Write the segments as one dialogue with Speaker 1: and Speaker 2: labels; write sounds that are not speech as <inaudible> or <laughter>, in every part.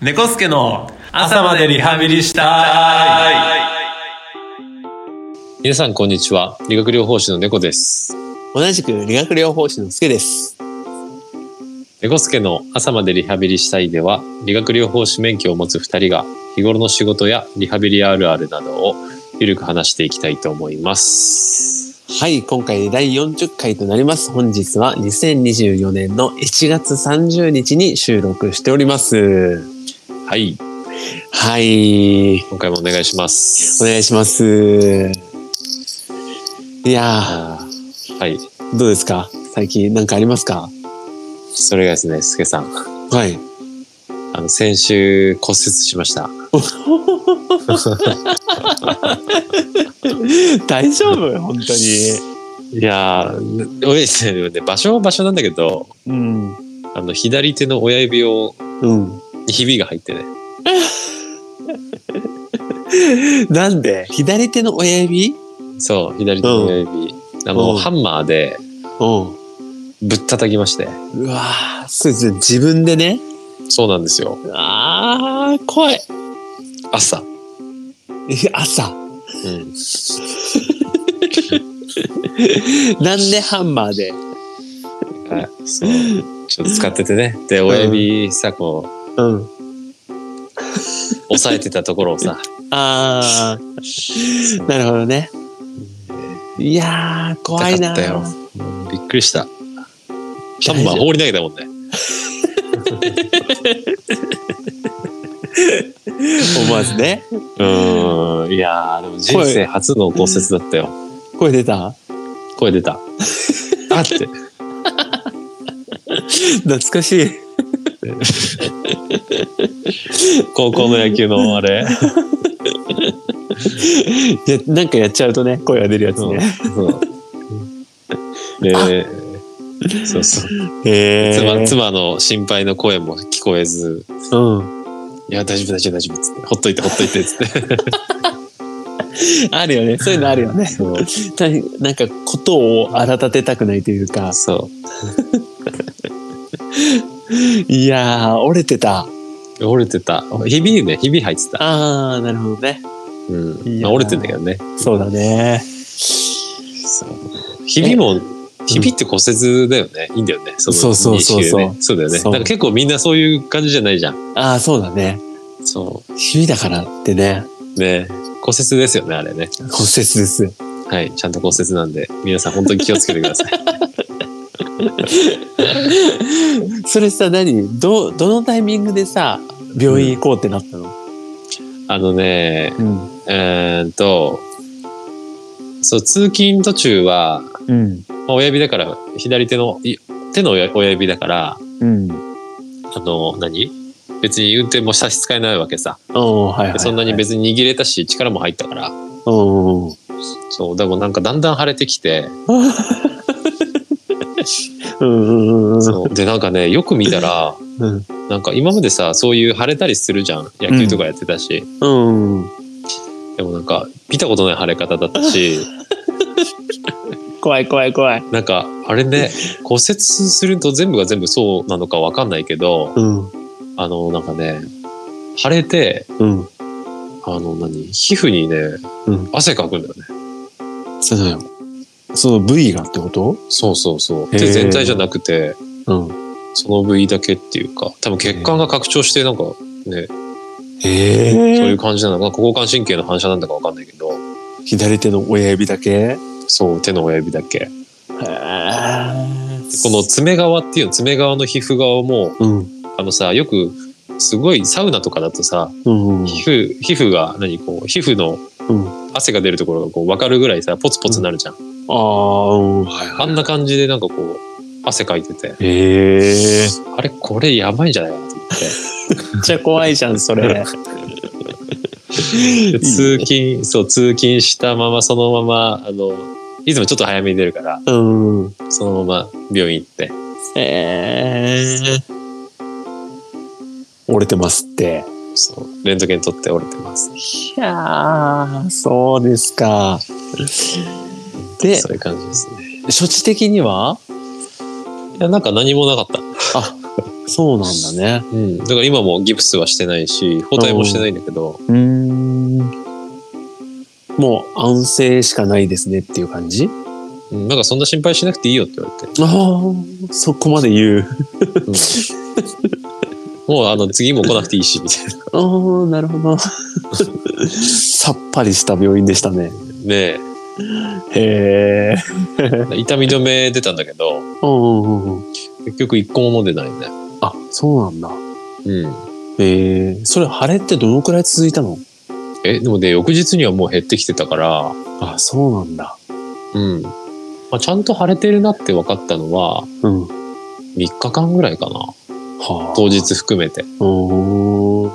Speaker 1: 猫助の朝までリハビリした
Speaker 2: 皆さんこんにちは理学療法士の猫です
Speaker 3: 同じく理学療法士のすけです。
Speaker 2: 猫助の朝までリハビリしたいでは理学療法士免許を持つ2人が日頃の仕事やリハビリあるあるなどをゆるく話していきたいと思います
Speaker 3: はい、今回で第40回となります。本日は2024年の1月30日に収録しております。
Speaker 2: はい
Speaker 3: はい、
Speaker 2: 今回もお願いします
Speaker 3: お願いします。いや
Speaker 2: あーはい
Speaker 3: ー、どうですか最近何かありますか
Speaker 2: それがですねすけさん
Speaker 3: はい。
Speaker 2: あの先週骨折しました
Speaker 3: <laughs> 大丈夫本当に。
Speaker 2: いやーおいですねでもね場所は場所なんだけど
Speaker 3: うん。
Speaker 2: あの左手の親指を
Speaker 3: うん。
Speaker 2: にひびが入ってね
Speaker 3: なんで左手の親指
Speaker 2: そう左手の親指、あの、
Speaker 3: うん
Speaker 2: ハンマーで
Speaker 3: うん。
Speaker 2: ぶったたきまして
Speaker 3: うわー、そうですね。自分でね。
Speaker 2: そうなんですよ
Speaker 3: あー、怖い。
Speaker 2: 朝、
Speaker 3: <laughs> 朝。
Speaker 2: うん、
Speaker 3: なんでハンマーで
Speaker 2: はいそうちょっと使っててねで親指さこ
Speaker 3: うん。
Speaker 2: う押さえてたところをさ
Speaker 3: ああ、なるほどね。いやー、怖いな
Speaker 2: 痛かっ
Speaker 3: ー。
Speaker 2: びっくりしたハンマー放り投げたもんね
Speaker 3: 思わずね。
Speaker 2: うーんいやーでも人生初の骨折だったよ
Speaker 3: 声出た
Speaker 2: 声出たあって
Speaker 3: 懐かしい。
Speaker 2: 高校の野球のあれ、
Speaker 3: いや、なんかやっちゃうとね、声が出るやつ
Speaker 2: うん
Speaker 3: ね。 <laughs>
Speaker 2: そうでそうそう
Speaker 3: へ
Speaker 2: 妻
Speaker 3: ー
Speaker 2: 妻の心配の声も聞こえず
Speaker 3: うん。
Speaker 2: いや、大丈夫、大丈夫、大丈夫、つって。ほっといて、ほっといて、つって。
Speaker 3: あるよね。そういうのあるよ <laughs> ね。
Speaker 2: そう。
Speaker 3: たなんか、ことを荒立てたくないというか。
Speaker 2: そ
Speaker 3: いやー、折れてた。
Speaker 2: う。折れてた。ひびね、ひび入ってた。
Speaker 3: あー、なるほどね。
Speaker 2: う
Speaker 3: い
Speaker 2: ん。
Speaker 3: や
Speaker 2: まあ、折れてんだけどね。
Speaker 3: そうだね。
Speaker 2: そう。ひびも、ひびって骨折だよね。いいんだよね。その
Speaker 3: そうそうそうそう
Speaker 2: 認識でねそうだよね。
Speaker 3: そ
Speaker 2: な
Speaker 3: うん
Speaker 2: か結構みんなそういう感じじゃないじゃん。
Speaker 3: あー、そうだね。
Speaker 2: そ
Speaker 3: ひびだからってね、
Speaker 2: う。ね骨折ですよね、あれね。
Speaker 3: 骨折です。
Speaker 2: はい。ちゃんと骨折なんで、皆さん本当に気をつけてくだ
Speaker 3: <laughs>
Speaker 2: さい。
Speaker 3: それさ何どどのタイミングでさ病院行こうってなったの、
Speaker 2: あのね、
Speaker 3: うん
Speaker 2: えーっと、そう、通勤途中は、
Speaker 3: うん
Speaker 2: まあ親指だから、左手の、い手の親親指だから、
Speaker 3: うん
Speaker 2: あの、何別に運転も差し支えないわけさ。
Speaker 3: おーはいはい、はい、
Speaker 2: そんなに別に握れたし、力も入ったから。
Speaker 3: おー
Speaker 2: そう、でもなんかだんだん腫れてき
Speaker 3: <laughs>
Speaker 2: て、
Speaker 3: うんうんうん
Speaker 2: そうで、なんかね、よく見たら、
Speaker 3: うん
Speaker 2: なんか今までさ、そういう腫れたりするじゃん。野球とかやってたし。
Speaker 3: うんうん
Speaker 2: でもなんか、見たことない腫れ方だったし、
Speaker 3: 怖い怖い怖い
Speaker 2: なんか、あれ
Speaker 3: <laughs>
Speaker 2: ね、骨折すると全部が全部そうなのかわかんないけど、
Speaker 3: うん
Speaker 2: あの、なんかね、腫れて、
Speaker 3: うん
Speaker 2: あの、何皮膚にね、
Speaker 3: うん
Speaker 2: 汗かくんだよね。
Speaker 3: そのその部位がってこと
Speaker 2: そうそうそう。
Speaker 3: へ
Speaker 2: で、
Speaker 3: ー
Speaker 2: 全体じゃなくて、
Speaker 3: うん
Speaker 2: その部位だけっていうか、多分血管が拡張して、なんかね、
Speaker 3: へ
Speaker 2: そういう
Speaker 3: え
Speaker 2: 感じなのかな、交感神経の反射なんだかわかんないけど、
Speaker 3: 左手の親指だけへえ
Speaker 2: そう、手の親指だけ。で
Speaker 3: こ
Speaker 2: この爪側っていう、爪側の皮膚側も、
Speaker 3: うん
Speaker 2: あのさ、よく、すごいサウナとかだとさ、
Speaker 3: うんうん
Speaker 2: 皮膚、皮膚が、何、こう、皮膚の
Speaker 3: うん
Speaker 2: 汗が出るところがこう、わかるぐらいさ、ポツポツなるじゃん。
Speaker 3: ああうんはい
Speaker 2: あんな感じでなんかこう、汗かいてて、
Speaker 3: へえ
Speaker 2: あれ、これやばいんじゃないか
Speaker 3: <laughs>
Speaker 2: なと思って。
Speaker 3: めっちゃ怖いじゃんそ <laughs> れ
Speaker 2: で通勤、そう、通勤したまま、そのまま、あの、いつもちょっと早めに出るから、
Speaker 3: うん
Speaker 2: そのまま病院行って。
Speaker 3: えー、折れてますって。
Speaker 2: そう、レントゲン取って折れてます。
Speaker 3: いやー、そうですか。で、
Speaker 2: そういう感じですね。
Speaker 3: 処置的にはい
Speaker 2: や、なんか何もなかった。
Speaker 3: そうなんだね。
Speaker 2: うん。だから今もギプスはしてないし、包帯もしてないんだけど、
Speaker 3: うーん。もう安静しかないですねっていう感じ
Speaker 2: うんなんかそんな心配しなくていいよって言われて。
Speaker 3: ああ、そこまで言う。
Speaker 2: もうあの次も来なくていいし、みたいな。<laughs>
Speaker 3: <laughs> ああ、なるほど。 <laughs> さっぱりした病院でしたね。
Speaker 2: で、
Speaker 3: へえ。
Speaker 2: 痛み止め出たんだけど、
Speaker 3: うんうんうんうん。
Speaker 2: 結局一個も出ないね。
Speaker 3: あ、そうなんだ。
Speaker 2: うん。
Speaker 3: ええそれ腫れってどのくらい続いたの
Speaker 2: え、でもね、翌日にはもう減ってきてたから、
Speaker 3: あ、そうなんだ。
Speaker 2: うん。まあ、ちゃんと腫れてるなって分かったのは、
Speaker 3: うん。
Speaker 2: 3日間ぐらいかな。
Speaker 3: はあ。
Speaker 2: 当。日含めて。
Speaker 3: おー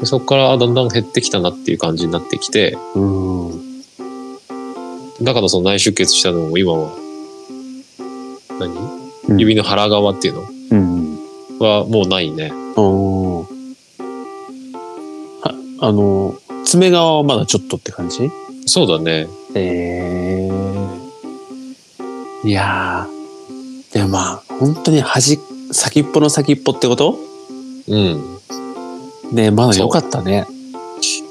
Speaker 2: でそこからだんだん減ってきたなっていう感じになってきて、
Speaker 3: うん。
Speaker 2: だからその内出血したのも今は、
Speaker 3: う
Speaker 2: 何
Speaker 3: ん
Speaker 2: 指の腹側っていうの
Speaker 3: うん。
Speaker 2: はもうないね。
Speaker 3: おーは、あの、爪側はまだちょっとって感じ
Speaker 2: そうだね。
Speaker 3: ええいやー。でもまあ、本当に端、先っぽの先っぽってこと
Speaker 2: うん。
Speaker 3: ねまだ良かったね。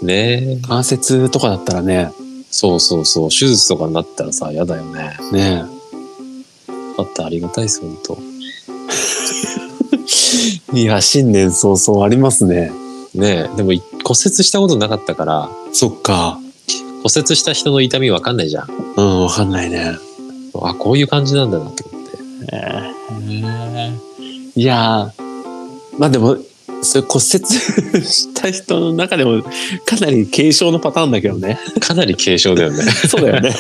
Speaker 2: ねえ。
Speaker 3: 関節とかだったらね。
Speaker 2: そうそうそう。手術とかになったらさ、嫌だよね。
Speaker 3: ね
Speaker 2: だってありがたいです、ほんと。
Speaker 3: いや、新年早々ありますね。
Speaker 2: ねえ。でもい骨折したことなかったから、
Speaker 3: そっか。
Speaker 2: 骨折した人の痛みわかんないじゃん。
Speaker 3: うん、わかんないね。
Speaker 2: あ、こういう感じなんだなって思って。
Speaker 3: いやー、まあでも、それ骨折 <laughs> した人の中でも、かなり軽症のパターンだけどね。
Speaker 2: かなり軽症だ
Speaker 3: <laughs>
Speaker 2: よね。
Speaker 3: そうだよね。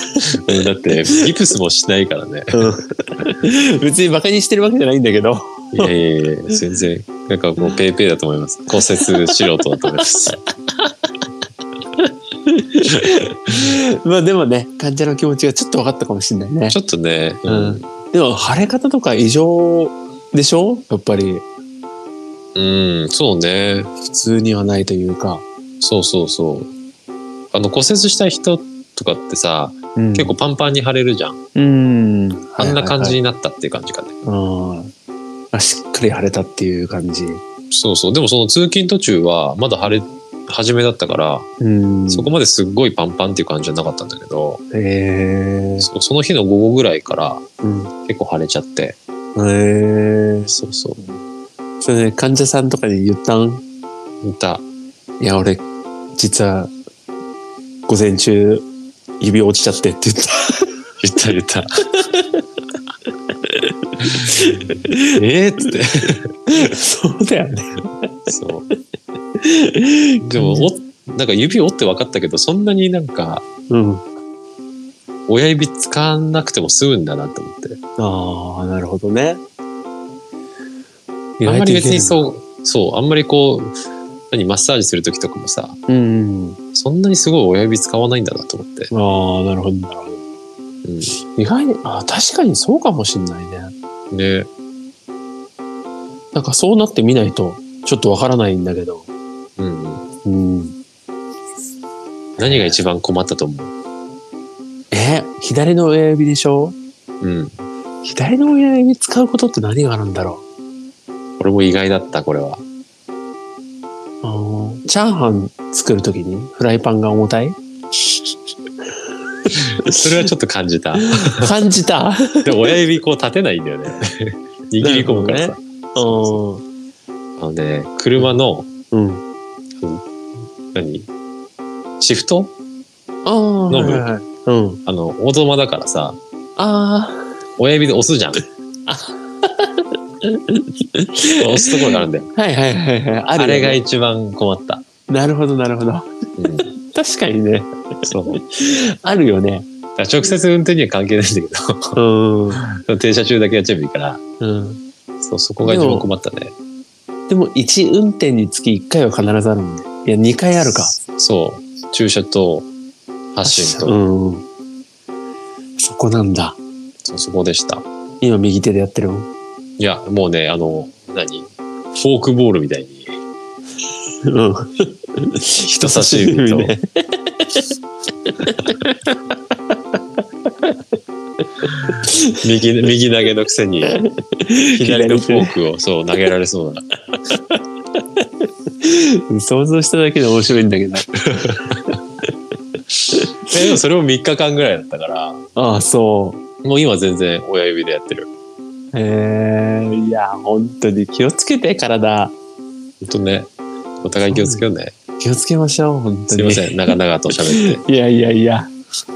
Speaker 2: うんだって、ギプスもしないからね。
Speaker 3: 別に馬鹿にしてるわけじゃないんだけど。
Speaker 2: いやいやいや、全然、なんかもうペーペーだと思います。骨折素人だと思い
Speaker 3: <laughs>
Speaker 2: ます。
Speaker 3: まあでもね、患者の気持ちがちょっと分かったかもしれないね
Speaker 2: ち。ょっとね、う
Speaker 3: うん
Speaker 2: ん、
Speaker 3: でも、腫れ方とか異常でしょやっぱり、
Speaker 2: うん、そうね。
Speaker 3: 普通にはないというか。
Speaker 2: そうそうそう。あの、骨折した人とかってさ、
Speaker 3: うん
Speaker 2: 結構、パンパンに腫れるじゃん。
Speaker 3: うん。
Speaker 2: あんな感
Speaker 3: はいはいはい
Speaker 2: じになったっていう感じかね。
Speaker 3: うん。あしっかり腫れたっていう感じ。
Speaker 2: そうそう。でもその通勤途中は、まだ腫れ、初めだったから、
Speaker 3: うん
Speaker 2: そこまですっごいパンパンっていう感じじゃなかったんだけど、
Speaker 3: え
Speaker 2: そその日の午後ぐらいから
Speaker 3: ー。うん。
Speaker 2: 結構腫れちゃって、
Speaker 3: えー。
Speaker 2: そうそう。
Speaker 3: それ、ね、患者さんとかに言ったん
Speaker 2: 見た。
Speaker 3: いや、俺、実は、午前中、指落ちちゃってって言っ
Speaker 2: <laughs>
Speaker 3: た。
Speaker 2: 言った言
Speaker 3: <laughs>
Speaker 2: った。えーっつって。
Speaker 3: そうだよね。
Speaker 2: そう。でも、お、なんか指折って分かったけど、そんなになんか、
Speaker 3: うん。
Speaker 2: 親指使わなくても済むんだなと思って。
Speaker 3: ああ、なるほどね。
Speaker 2: あんまり別に
Speaker 3: う。
Speaker 2: そう、そう、あんまりこう、何、マッサージする時とかもさ、
Speaker 3: うん。
Speaker 2: そんなにすごい親指使わないんだなと思って。
Speaker 3: ああ、なるほど、なるほど。
Speaker 2: う
Speaker 3: 意外に、ああ、確かにそうかもしんないね。
Speaker 2: ん。ね。
Speaker 3: なんかそうなってみないと、ちょっとわからないんだけど。
Speaker 2: うんうん。
Speaker 3: うん。
Speaker 2: 何が一番困ったと思う
Speaker 3: え、左の親指でしょ
Speaker 2: うん。
Speaker 3: 左の親指使うことって何があるんだろ
Speaker 2: 俺も意外だった、これは。
Speaker 3: うあーチャーハン作るときにフライパンが重たい
Speaker 2: それはちょっと感じた。
Speaker 3: 感じ <laughs> た
Speaker 2: でも親指こう立てないんだよね。握り込むからさ。
Speaker 3: う
Speaker 2: あのね、車の、
Speaker 3: ん。
Speaker 2: 何シフト
Speaker 3: ああ、
Speaker 2: 飲む
Speaker 3: はいはいはいうん。
Speaker 2: あの、オートマだからさ、
Speaker 3: あ
Speaker 2: 親指で押すじゃん。押すところがあるんだよ。
Speaker 3: あ、はいはいはいはい。あ
Speaker 2: あ
Speaker 3: る
Speaker 2: れ
Speaker 3: よ
Speaker 2: が
Speaker 3: ね
Speaker 2: 一番困った。
Speaker 3: なるほどなるほど。
Speaker 2: うん、
Speaker 3: <laughs> 確かにね。
Speaker 2: そう。だか
Speaker 3: あるよね。
Speaker 2: ら直接運転には関係ないんだけ
Speaker 3: うん。
Speaker 2: ど、 <laughs> 停車中だけやっちゃえばいいから、
Speaker 3: うん。
Speaker 2: そうそこが一番困ったね。
Speaker 3: でも、1運転につき1回は必ずあるもんね。いや、2回あるか。
Speaker 2: そう。駐車と発進と、
Speaker 3: うん。そこなんだ。
Speaker 2: そうそこでした。
Speaker 3: 今右手でやってるもん。
Speaker 2: いや、もうね、あの、何フォークボールみたいに、 <laughs>
Speaker 3: うん。人
Speaker 2: 人差し指と。 <laughs> 右、右投げのくせに、左のフォークを <laughs> そう投げられそうな。
Speaker 3: 想像しただけで面白いんだけど。
Speaker 2: えでもそれも3日間ぐらいだったから、
Speaker 3: ああ、そう。
Speaker 2: もう今全然親指でやってる。
Speaker 3: ええいや、本当に気をつけて、体。
Speaker 2: ほんとね、お互い気をつけようね。
Speaker 3: 気をつけましょう、本当
Speaker 2: すい
Speaker 3: に。
Speaker 2: ません、長々と喋って。
Speaker 3: ん。いやいやいや。ちょ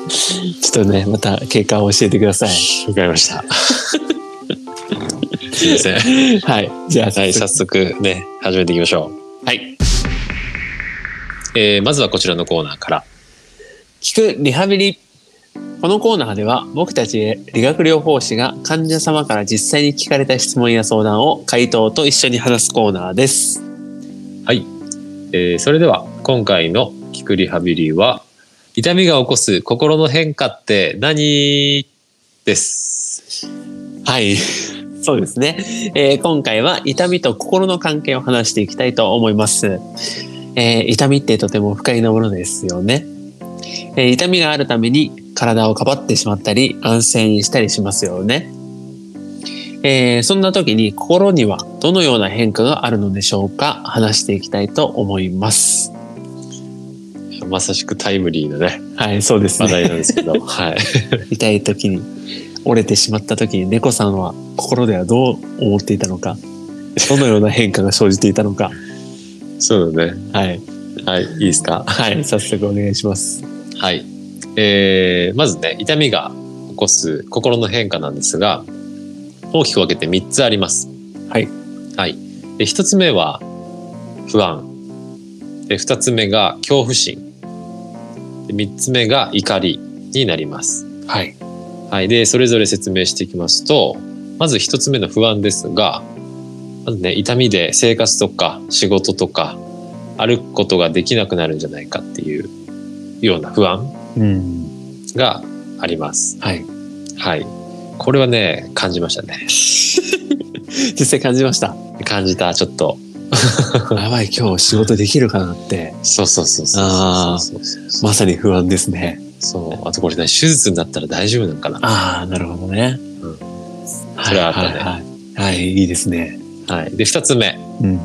Speaker 3: っとね、また経過を教えてください。
Speaker 2: わかりま <laughs> した。すいません。は
Speaker 3: はい。じゃあ、
Speaker 2: い、早速ね、始めていきましょう。はい。えーまずはこちらのコーナーから。
Speaker 3: 聞くリハビリ。このコーナーでは僕たち理学療法士が患者様から実際に聞かれた質問や相談を回答と一緒に話すコーナーです。
Speaker 2: はい、えーそれでは今回の「聞くリハビリは」痛みが起こす心の変化って何です。
Speaker 3: はい。 <laughs> そうですね、えー今回は痛みと心の関係を話していきたいと思います。えー痛みってとても不快なものですよね。えー痛みがあるために体をかばってしまったり安静にしたりしますよね。えーそんな時に心にはどのような変化があるのでしょうか話していきたいと思います。
Speaker 2: まさしくタイムリーなね
Speaker 3: はい、そうで
Speaker 2: <laughs>
Speaker 3: す
Speaker 2: 話
Speaker 3: ね。
Speaker 2: 題なんですけど、はい、
Speaker 3: 痛い時に折れてしまった時に猫さんは心ではどう思っていたのか、どのような変化が生じていたのか、
Speaker 2: そうだね。
Speaker 3: はい。
Speaker 2: はい、いいですか。
Speaker 3: はい、早速お願いします。
Speaker 2: はい、えーまずね痛みが起こす心の変化なんですが、大きく分けて3つあります。
Speaker 3: はい。
Speaker 2: はい。で1つ目は不安。で2つ目が恐怖心。で3つ目が怒りになります。
Speaker 3: はい。
Speaker 2: はい。で、それぞれ説明していきますと、まず一つ目の不安ですが、まずね、痛みで生活とか仕事とか歩くことができなくなるんじゃないかっていうような不安
Speaker 3: うん。
Speaker 2: があります。
Speaker 3: はい。
Speaker 2: はい。これはね、感じましたね。
Speaker 3: 実際感じました。
Speaker 2: 感じた、ちょっと。
Speaker 3: やばい、今日仕事できるかなって、
Speaker 2: そうそうそうそう
Speaker 3: あー
Speaker 2: そうそうそう
Speaker 3: まさに不安ですね。
Speaker 2: そう。あとこれね、手術になったら大丈夫なのかな。
Speaker 3: ああ、なるほどね。
Speaker 2: うん
Speaker 3: は
Speaker 2: そ
Speaker 3: い、
Speaker 2: れはあったね
Speaker 3: はい、はい。はい、いいですね。
Speaker 2: はい。で、二つ目。
Speaker 3: うん。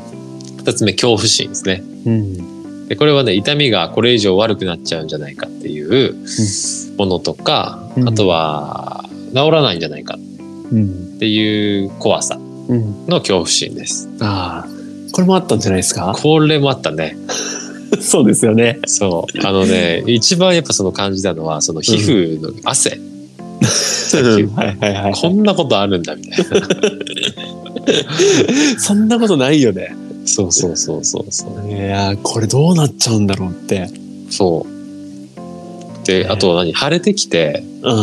Speaker 2: 二つ目、恐怖心ですね。
Speaker 3: うん。
Speaker 2: でこれはね痛みがこれ以上悪くなっちゃうんじゃないかっていうものとか、
Speaker 3: うん
Speaker 2: あとは治らないんじゃないか
Speaker 3: うん。
Speaker 2: っていう怖さ
Speaker 3: うん。
Speaker 2: の恐怖心です。
Speaker 3: ああ。これもあったんじゃないですか <laughs>
Speaker 2: これもあったね。
Speaker 3: そうですよね。
Speaker 2: そう。あのね、一番やっぱその感じたのは、その皮膚の汗。
Speaker 3: うんはいはいは
Speaker 2: こんなことあるんだみた
Speaker 3: <laughs>
Speaker 2: いな。
Speaker 3: い。そんなことないよね。
Speaker 2: そうそうそうそうそう。
Speaker 3: いやー、これどうなっちゃうんだろうって。
Speaker 2: そう。で、
Speaker 3: ね
Speaker 2: あと何腫れてきて、
Speaker 3: うん。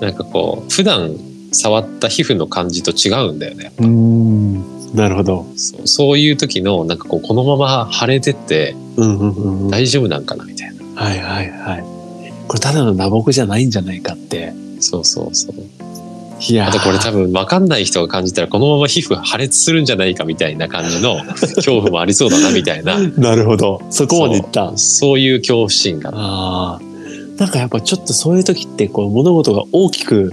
Speaker 2: なんかこう、普段触った皮膚の感じと違うんだよね。
Speaker 3: うん。なるほど。
Speaker 2: そうそういう時のなんかこうこのまま腫れてって
Speaker 3: うんうんうんうん。
Speaker 2: 大丈夫なんかなみたいな、
Speaker 3: はいはいはい。これただの打撲じゃないんじゃないかって。
Speaker 2: そうそうそう
Speaker 3: いやー
Speaker 2: あとこれ多分分かんない人が感じたらこのまま皮膚破裂するんじゃないかみたいな感じ
Speaker 3: <laughs>
Speaker 2: の恐怖もありそうだなみたいな
Speaker 3: なるほど。そこまでいった。
Speaker 2: そういう恐怖心が
Speaker 3: ああ。なんかやっぱちょっとそういう時ってこう物事が大きく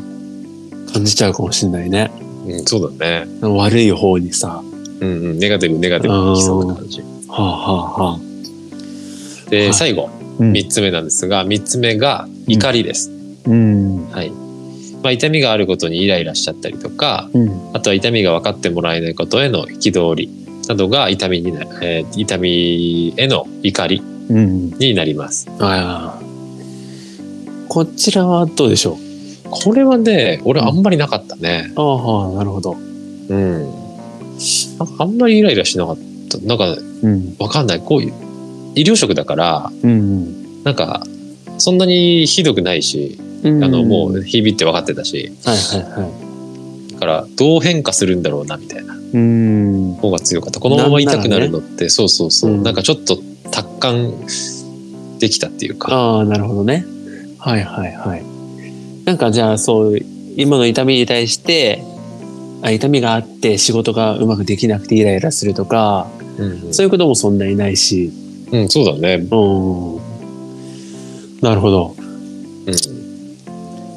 Speaker 3: 感じちゃうかもしれないね。
Speaker 2: うんそうだね
Speaker 3: 悪い方にさ。は
Speaker 2: うんうんネガティブネガティブにいきそうな感じ
Speaker 3: あはあはあ。は
Speaker 2: で
Speaker 3: い
Speaker 2: 最後
Speaker 3: うん
Speaker 2: 3つ目なんですが3つ目が怒りです、
Speaker 3: うん。
Speaker 2: はい、まあ、痛みがあることにイライラしちゃったりとか
Speaker 3: うん。
Speaker 2: あとは痛みが分かってもらえないことへの憤りなどが痛みにな、えー痛みへの怒り
Speaker 3: うん。
Speaker 2: になります。
Speaker 3: ああ。こちらはどうでしょう
Speaker 2: これはね、俺あんまりなかったね。
Speaker 3: ああはあ、なるほど。
Speaker 2: うん。なんかあんまりイライラしなかった。なんか
Speaker 3: うん。
Speaker 2: わかんない。こういう、医療職だから、
Speaker 3: うん。
Speaker 2: なんか、そんなにひどくないし、あの、も
Speaker 3: は
Speaker 2: う、
Speaker 3: い
Speaker 2: ひびって分かってたし、
Speaker 3: はいはい。
Speaker 2: だから、どう変化するんだろうな、みたいな
Speaker 3: うん。
Speaker 2: 方が強かった。このまま痛くなるのって、そうそうそう、
Speaker 3: うん
Speaker 2: なんかちょっと達観できたっていうか。
Speaker 3: ああ、なるほどね。はいはいはい。なんかじゃあそう、今の痛みに対して、あ痛みがあって仕事がうまくできなくてイライラするとか、
Speaker 2: うん
Speaker 3: そういうこともそんなにないし。
Speaker 2: うん、そうだね。
Speaker 3: うん。なるほど。
Speaker 2: うん。ま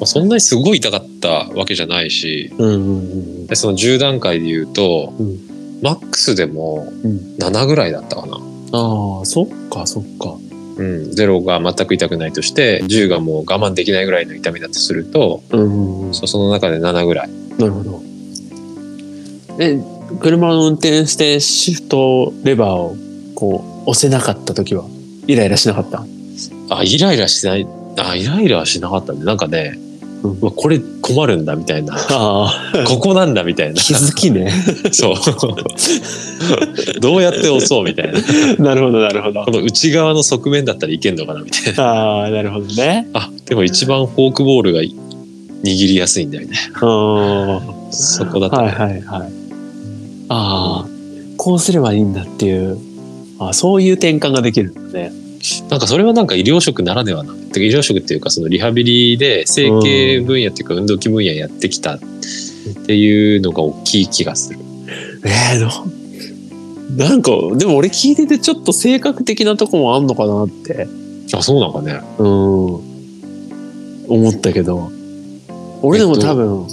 Speaker 2: あそんなにすごい痛かったわけじゃないし、
Speaker 3: うんうんうん
Speaker 2: でその10段階で言うと、
Speaker 3: う
Speaker 2: マックスでも
Speaker 3: うん
Speaker 2: 7ぐらいだったかな。
Speaker 3: ああそっかそっか
Speaker 2: うん、0が全く痛くないとして、10がもう我慢できないぐらいの痛みだとすると、
Speaker 3: うんうんうん
Speaker 2: そその中で7ぐらい。
Speaker 3: なるほどえ車を運転してシフトレバーをこう押せなかった時はイライラしなかった
Speaker 2: あ、イライラしない、あ、イライラはしなかったね。なんかね、
Speaker 3: うん
Speaker 2: うわこれ困るんだみたい
Speaker 3: <laughs>
Speaker 2: な、
Speaker 3: ああ
Speaker 2: ここなんだみたいな。
Speaker 3: 気づきね
Speaker 2: <laughs> そう。どうやって押そうみたいな。
Speaker 3: <laughs> なるほどなるほど
Speaker 2: この内側の側面だったらいけんのかなみたいな。
Speaker 3: <laughs> ああなるほどね
Speaker 2: あ、でも一番フォークボールがい握りやすいんだよね。
Speaker 3: うん
Speaker 2: そこだった、
Speaker 3: はいはいはい。ああ、こうすればいいんだっていう、あそういう転換ができるんだね。
Speaker 2: なんかそれはなんか医療職ならではな。てか医療職っていうかそのリハビリで整形分野っていうか運動器分野やってきたっていうのが大きい気がする。
Speaker 3: ええどなんか、でも俺聞いててちょっと性格的なとこもあんのかなって、
Speaker 2: あ、そうなんかね。
Speaker 3: うん、思ったけど。俺でも多分、
Speaker 2: う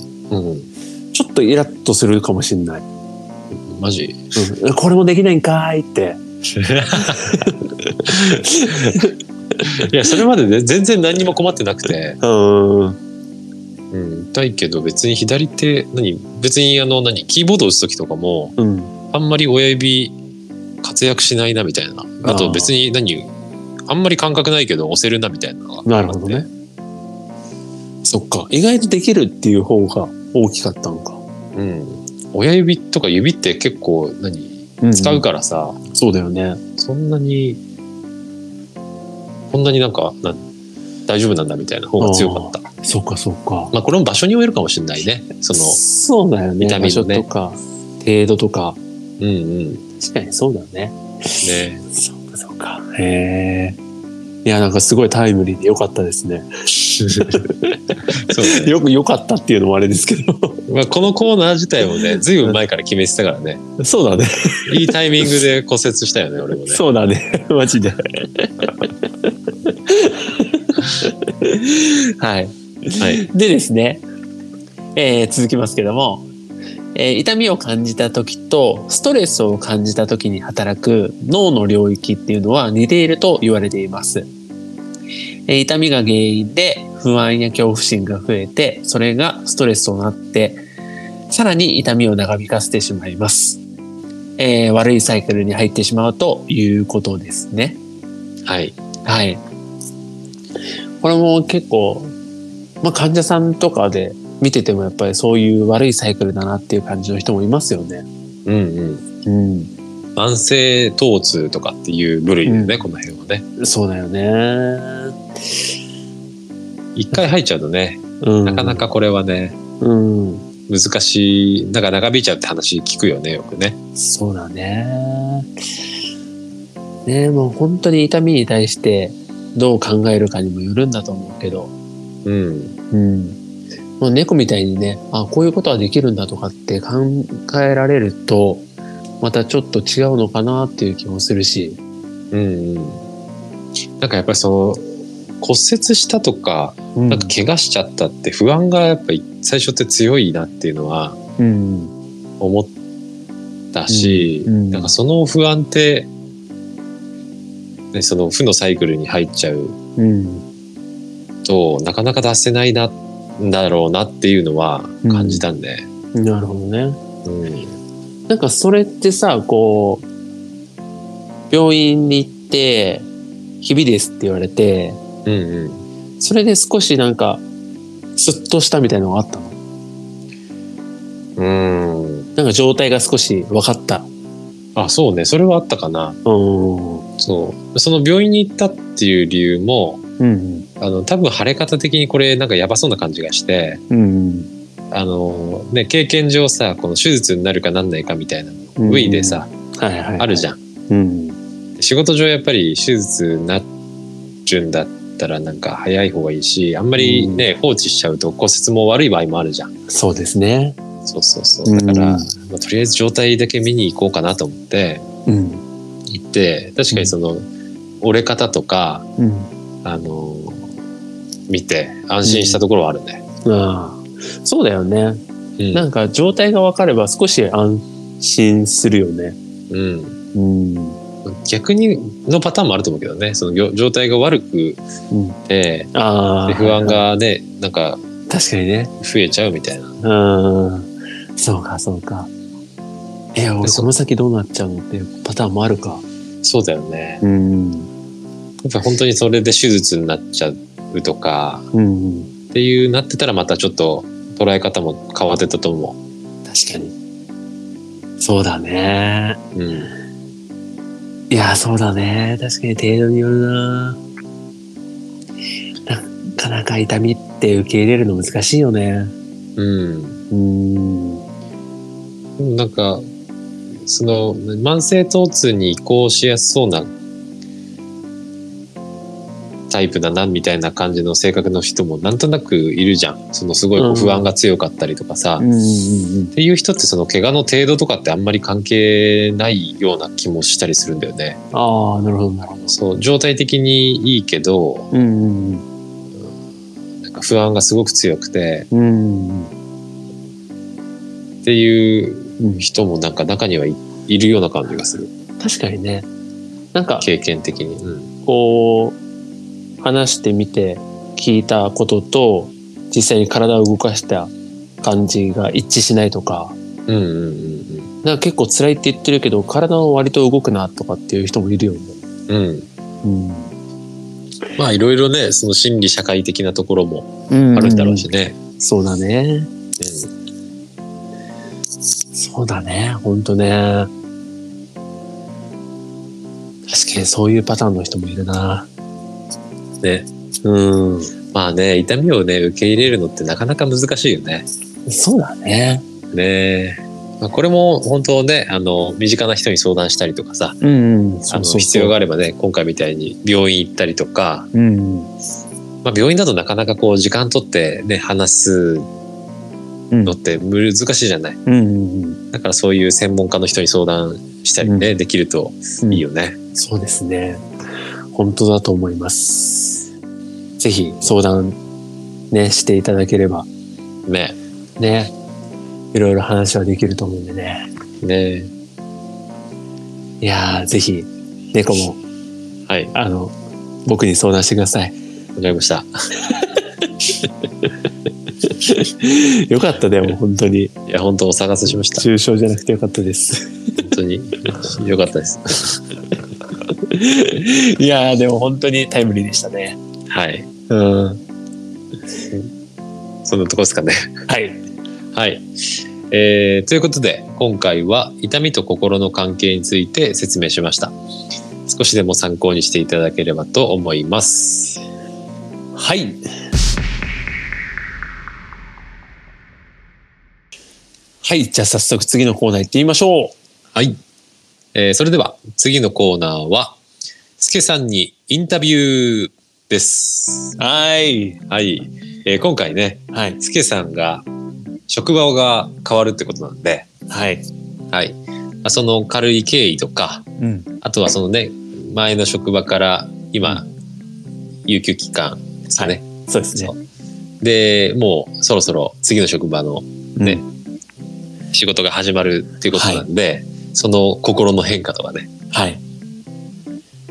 Speaker 3: ちょっとイラッとするかもしんない。
Speaker 2: ん。マジ
Speaker 3: うんこれもできないんかーいって。
Speaker 2: いや、それまで、ね、全然何にも困ってなくて、
Speaker 3: うん。
Speaker 2: うん、痛いけど別に左手、何別にあの、何キーボード打つ時とかも、
Speaker 3: うん。
Speaker 2: あんまり親指活躍しないなみたいな。あ
Speaker 3: あー
Speaker 2: と別に何あんまり感覚ないけど押せるなみたいなのが
Speaker 3: なるほどね。そっか。意外とできるっていう方が大きかったのか。
Speaker 2: うん。親指とか指って結構何使うからさ、
Speaker 3: そうだよね。
Speaker 2: そんなに、こんなになんか、なん大丈夫なんだみたいな方が強かった。
Speaker 3: そうかそうか。
Speaker 2: まあこれも場所によるかもしれないね。その、
Speaker 3: そうだよね。
Speaker 2: 痛
Speaker 3: 場
Speaker 2: み
Speaker 3: 所
Speaker 2: のね
Speaker 3: とか、程度とか。
Speaker 2: うんうん。
Speaker 3: 確かにそうだよね。
Speaker 2: ね。
Speaker 3: そうかそうか。へえ。いや、なんかすごいタイムリーで良かったですね。
Speaker 2: そうね
Speaker 3: <laughs> よく良かったっていうのもあれですけど。
Speaker 2: まあ、このコーナー自体もね、ずいぶん前から決めてたから
Speaker 3: <laughs>
Speaker 2: ね。
Speaker 3: そうだね。
Speaker 2: いいタイミングで骨折した
Speaker 3: <laughs>
Speaker 2: よね、俺もね。
Speaker 3: そうだね。 <laughs> マジで。はい。
Speaker 2: はい。
Speaker 3: でですね、えー続きますけども、えー痛みを感じた時とストレスを感じた時に働く脳の領域っていうのは似ていると言われています。えー痛みが原因で不安や恐怖心が増えて、それがストレスとなって、さらに痛みを長引かせてしまいます。えー悪いサイクルに入ってしまうということですね。
Speaker 2: はい。
Speaker 3: はい。これも結構、まあ、患者さんとかで見ててもやっぱりそういう悪いサイクルだなっていう感じの人もいますよね。
Speaker 2: うんう
Speaker 3: うん。
Speaker 2: ん。慢性疼痛とかっていう部類でね、この辺はね。
Speaker 3: そうだよね。
Speaker 2: 一回入っちゃうとね、
Speaker 3: うん、
Speaker 2: なかな。かこれはね、
Speaker 3: うん。
Speaker 2: 難しい、なんか長引いちゃうって話聞くよね、よくね。
Speaker 3: そうだね。ねもう本当に痛みに対してどう考えるかにもよるんだと思うけ
Speaker 2: う
Speaker 3: ど。
Speaker 2: ん。
Speaker 3: うん。もう猫みたいにね、あ、こういうことはできるんだとかって考えられると、またちょっと違うのかなっていう気もするし。
Speaker 2: うん、うん。なんかやっぱりその、骨折したとか、
Speaker 3: うん
Speaker 2: なんか怪我しちゃったって不安がやっぱり最初って強いなっていうのは
Speaker 3: うん。
Speaker 2: 思ったし、
Speaker 3: うんうん
Speaker 2: なんかその不安って、ね、その負のサイクルに入っちゃう
Speaker 3: うん。
Speaker 2: となかなか出せないな、んだろうなっていうのは感じたんで。
Speaker 3: なるほどね。
Speaker 2: うん。
Speaker 3: なんかそれってさ、こう、病院に行って、ひびですって言われて、
Speaker 2: うんうん。
Speaker 3: それで少しなんか、スッとしたみたいなのがあったの。
Speaker 2: うん。
Speaker 3: なんか状態が少し分かった。
Speaker 2: あ、そうね。それはあったかな。
Speaker 3: うん。
Speaker 2: そう。その病院に行ったっていう理由も、
Speaker 3: うん。
Speaker 2: あの、多分腫れ方的にこれなんかやばそうな感じがして、
Speaker 3: うん。
Speaker 2: あの、ね、経験上さ、この手術になるかなんないかみたいな、部位でさ、
Speaker 3: はいはいはい、
Speaker 2: あるじゃん。
Speaker 3: うん。
Speaker 2: 仕事上やっぱり手術になるんだったらなんか早い方がいいしあんまりね、放置しちゃうと骨折も悪い場合もあるじゃん
Speaker 3: そうですね。
Speaker 2: そうそうそうだから、
Speaker 3: うん
Speaker 2: まあとりあえず状態だけ見に行こうかなと思って
Speaker 3: うん。
Speaker 2: 行って確かにその折れ方とか
Speaker 3: うん。
Speaker 2: あの見て安心したところはあるね。
Speaker 3: うん。そうだよね。
Speaker 2: うん。
Speaker 3: なんか状態が分かれば少し安心するよね。
Speaker 2: うん
Speaker 3: うん。
Speaker 2: 逆にのパターンもあると思うけどね。そのぎょ状態が悪く
Speaker 3: うん
Speaker 2: て、
Speaker 3: ああ。
Speaker 2: で不安。がね、なんか
Speaker 3: 確かにね。
Speaker 2: 増えちゃうみたいな。
Speaker 3: うん。そうか、そうか。いや、俺
Speaker 2: そ
Speaker 3: この先どうなっちゃうのっていうパターンもあるか。
Speaker 2: そうだよね。
Speaker 3: うん。
Speaker 2: やっぱ本当にそれで手術になっちゃうとか
Speaker 3: うん。
Speaker 2: っていうなってたらまたちょっと捉え方も変わってたと思
Speaker 3: 確かに。そうだね。
Speaker 2: う。うん。
Speaker 3: いや、そうだね。確かに程度によるな。なかなか痛みって受け入れるの難しいよね。
Speaker 2: うん。
Speaker 3: うん。
Speaker 2: なんか、その、慢性疼痛に移行しやすそうなタイプだな、みたいな感じの性格の人もなんとなくいるじゃん。そのすごいこ
Speaker 3: う
Speaker 2: うん不安が強かったりとかさ。
Speaker 3: うんうんうん
Speaker 2: っていう人ってその怪我の程度とかってあんまり関係ないような気もしたりするんだよね。
Speaker 3: ああ、なるほど、なるほど。
Speaker 2: そう、状態的にいいけど、
Speaker 3: うんうん
Speaker 2: なんか不安がすごく強くて、
Speaker 3: うん。うん
Speaker 2: っていう
Speaker 3: うん。
Speaker 2: 人もなんか中にはい、いるような感じがする。
Speaker 3: 確かにね。なんか、
Speaker 2: 経験的に。うん。
Speaker 3: こう、話してみて聞いたことと、実際に体を動かした感じが一致しないとか、
Speaker 2: うんうんうん
Speaker 3: なんか結構辛いって言ってるけど、体は割と動くなとかっていう人もいるよね。
Speaker 2: うん。うん。
Speaker 3: うん。
Speaker 2: まあいろいろね、その心理社会的なところも
Speaker 3: うん
Speaker 2: あるんだろうしね。
Speaker 3: そうだね。そうだね。ほんとね。確かにそういうパターンの人もいるな。
Speaker 2: うんね。
Speaker 3: うん。
Speaker 2: まあね、痛みをね、受け入れるのってなかなか難しいよね。
Speaker 3: そうだね。
Speaker 2: ねまあ、これも本当ね、あの、身近な人に相談したりとかさ、
Speaker 3: うん、うん。
Speaker 2: あの、必要があればね、今回みたいに病院行ったりとか、
Speaker 3: うん。
Speaker 2: まあ病院だとなかなかこう時間取ってね、話す
Speaker 3: うん。
Speaker 2: のって難しいじゃない。
Speaker 3: うんうん
Speaker 2: だからそういう専門家の人に相談したりね、できると
Speaker 3: うん。
Speaker 2: いいよね。
Speaker 3: そうですね。本当だと思います。ぜひ相談ね、していただければ
Speaker 2: ね。
Speaker 3: ね、いろいろ話はできると思うんでね。
Speaker 2: ね。
Speaker 3: いやー、ぜひ猫も、
Speaker 2: はい、
Speaker 3: あの、僕に相談してください。
Speaker 2: わかりました。
Speaker 3: <laughs> よかったでも本当に。
Speaker 2: いや、本当お探せしました。
Speaker 3: 重症じゃなくてよかったです。 <laughs>
Speaker 2: 本当に良かったです。
Speaker 3: いやー、でも本当にタイムリーでしたね。
Speaker 2: はい。
Speaker 3: うん。
Speaker 2: そんなとこですかね。
Speaker 3: はい。
Speaker 2: はい。えーということで、今回は痛みと心の関係について説明しました。少しでも参考にしていただければと思います。
Speaker 3: はい。はい。じゃあ早速次のコーナー行ってみましょう。
Speaker 2: はい。えーそれでは、次のコーナーは、すけさんにインタビューです。
Speaker 3: はい。
Speaker 2: はい。えー今回ね、
Speaker 3: はい。
Speaker 2: すけさんが職場が変わるってことなんで、
Speaker 3: はい。
Speaker 2: はい。まあその軽い経緯とか、
Speaker 3: うん。
Speaker 2: あとはそのね、前の職場から今、有給期間ですかね。
Speaker 3: そうですね
Speaker 2: そ。うで、もうそろそろ次の職場のね
Speaker 3: うん
Speaker 2: 仕事が始まるっていうことなんで、その心の変化とかね、
Speaker 3: はい。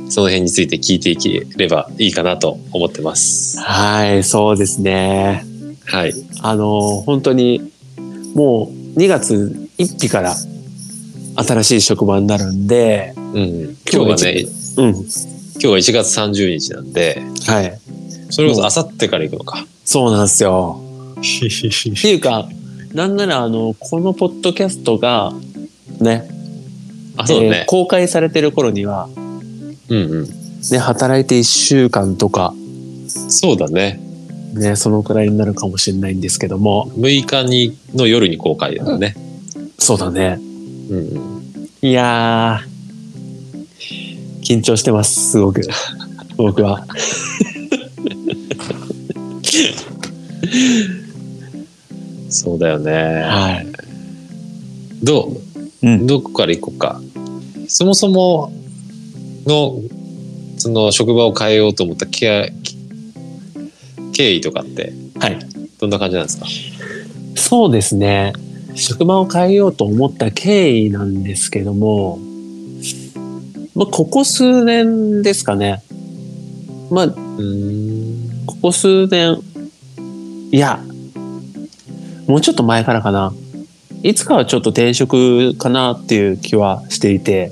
Speaker 2: その辺について聞いていければいいかなと思ってます。
Speaker 3: はい。そうですね。
Speaker 2: はい。
Speaker 3: あのー、本当に、もう2月1日から新しい職場になるんで、
Speaker 2: うん。今日がね、
Speaker 3: うん。
Speaker 2: 今日が1月30日なんで、
Speaker 3: はい。
Speaker 2: それこそ明後日から行くの <laughs> か。
Speaker 3: そうなんですよ。っていうか、なんなら、あの、このポッドキャストが、ね、
Speaker 2: あ、そうだ
Speaker 3: えー
Speaker 2: ね。
Speaker 3: 公開されてる頃には、
Speaker 2: うん
Speaker 3: ね、働いて1週間とか、
Speaker 2: うん。そうだね。
Speaker 3: ね、そのくらいになるかもしれないんですけども、
Speaker 2: 6日にの夜に公開だからね。
Speaker 3: そうだね。
Speaker 2: うんうん。
Speaker 3: いやー、緊張してます、すご
Speaker 2: <laughs>
Speaker 3: く。僕は。
Speaker 2: そうだよね。
Speaker 3: はい。
Speaker 2: どう、
Speaker 3: うん
Speaker 2: どこから行こうか。そもそもの、その職場を変えようと思ったきき経緯とかって
Speaker 3: はい。
Speaker 2: どんな感じなんですか
Speaker 3: そうですね。職場を変えようと思った経緯なんですけども、まあ、ここ数年ですかね。まあ、
Speaker 2: うん
Speaker 3: ここ数年、いや、もうちょっと前からかな。いつかはちょっと転職かなっていう気はしていて、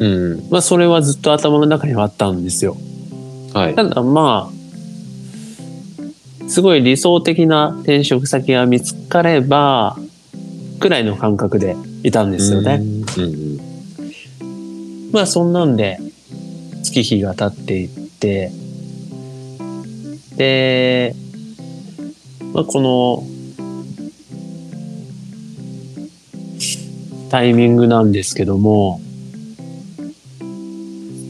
Speaker 2: うん
Speaker 3: まあ、それはずっと頭の中にはあったんですよ。
Speaker 2: はい
Speaker 3: ただまあ、すごい理想的な転職先が見つかれば、くらいの感覚でいたんですよね。
Speaker 2: うん
Speaker 3: まあそんなんで、月日が経っていって、で、まあこの、タイミングなんですけども、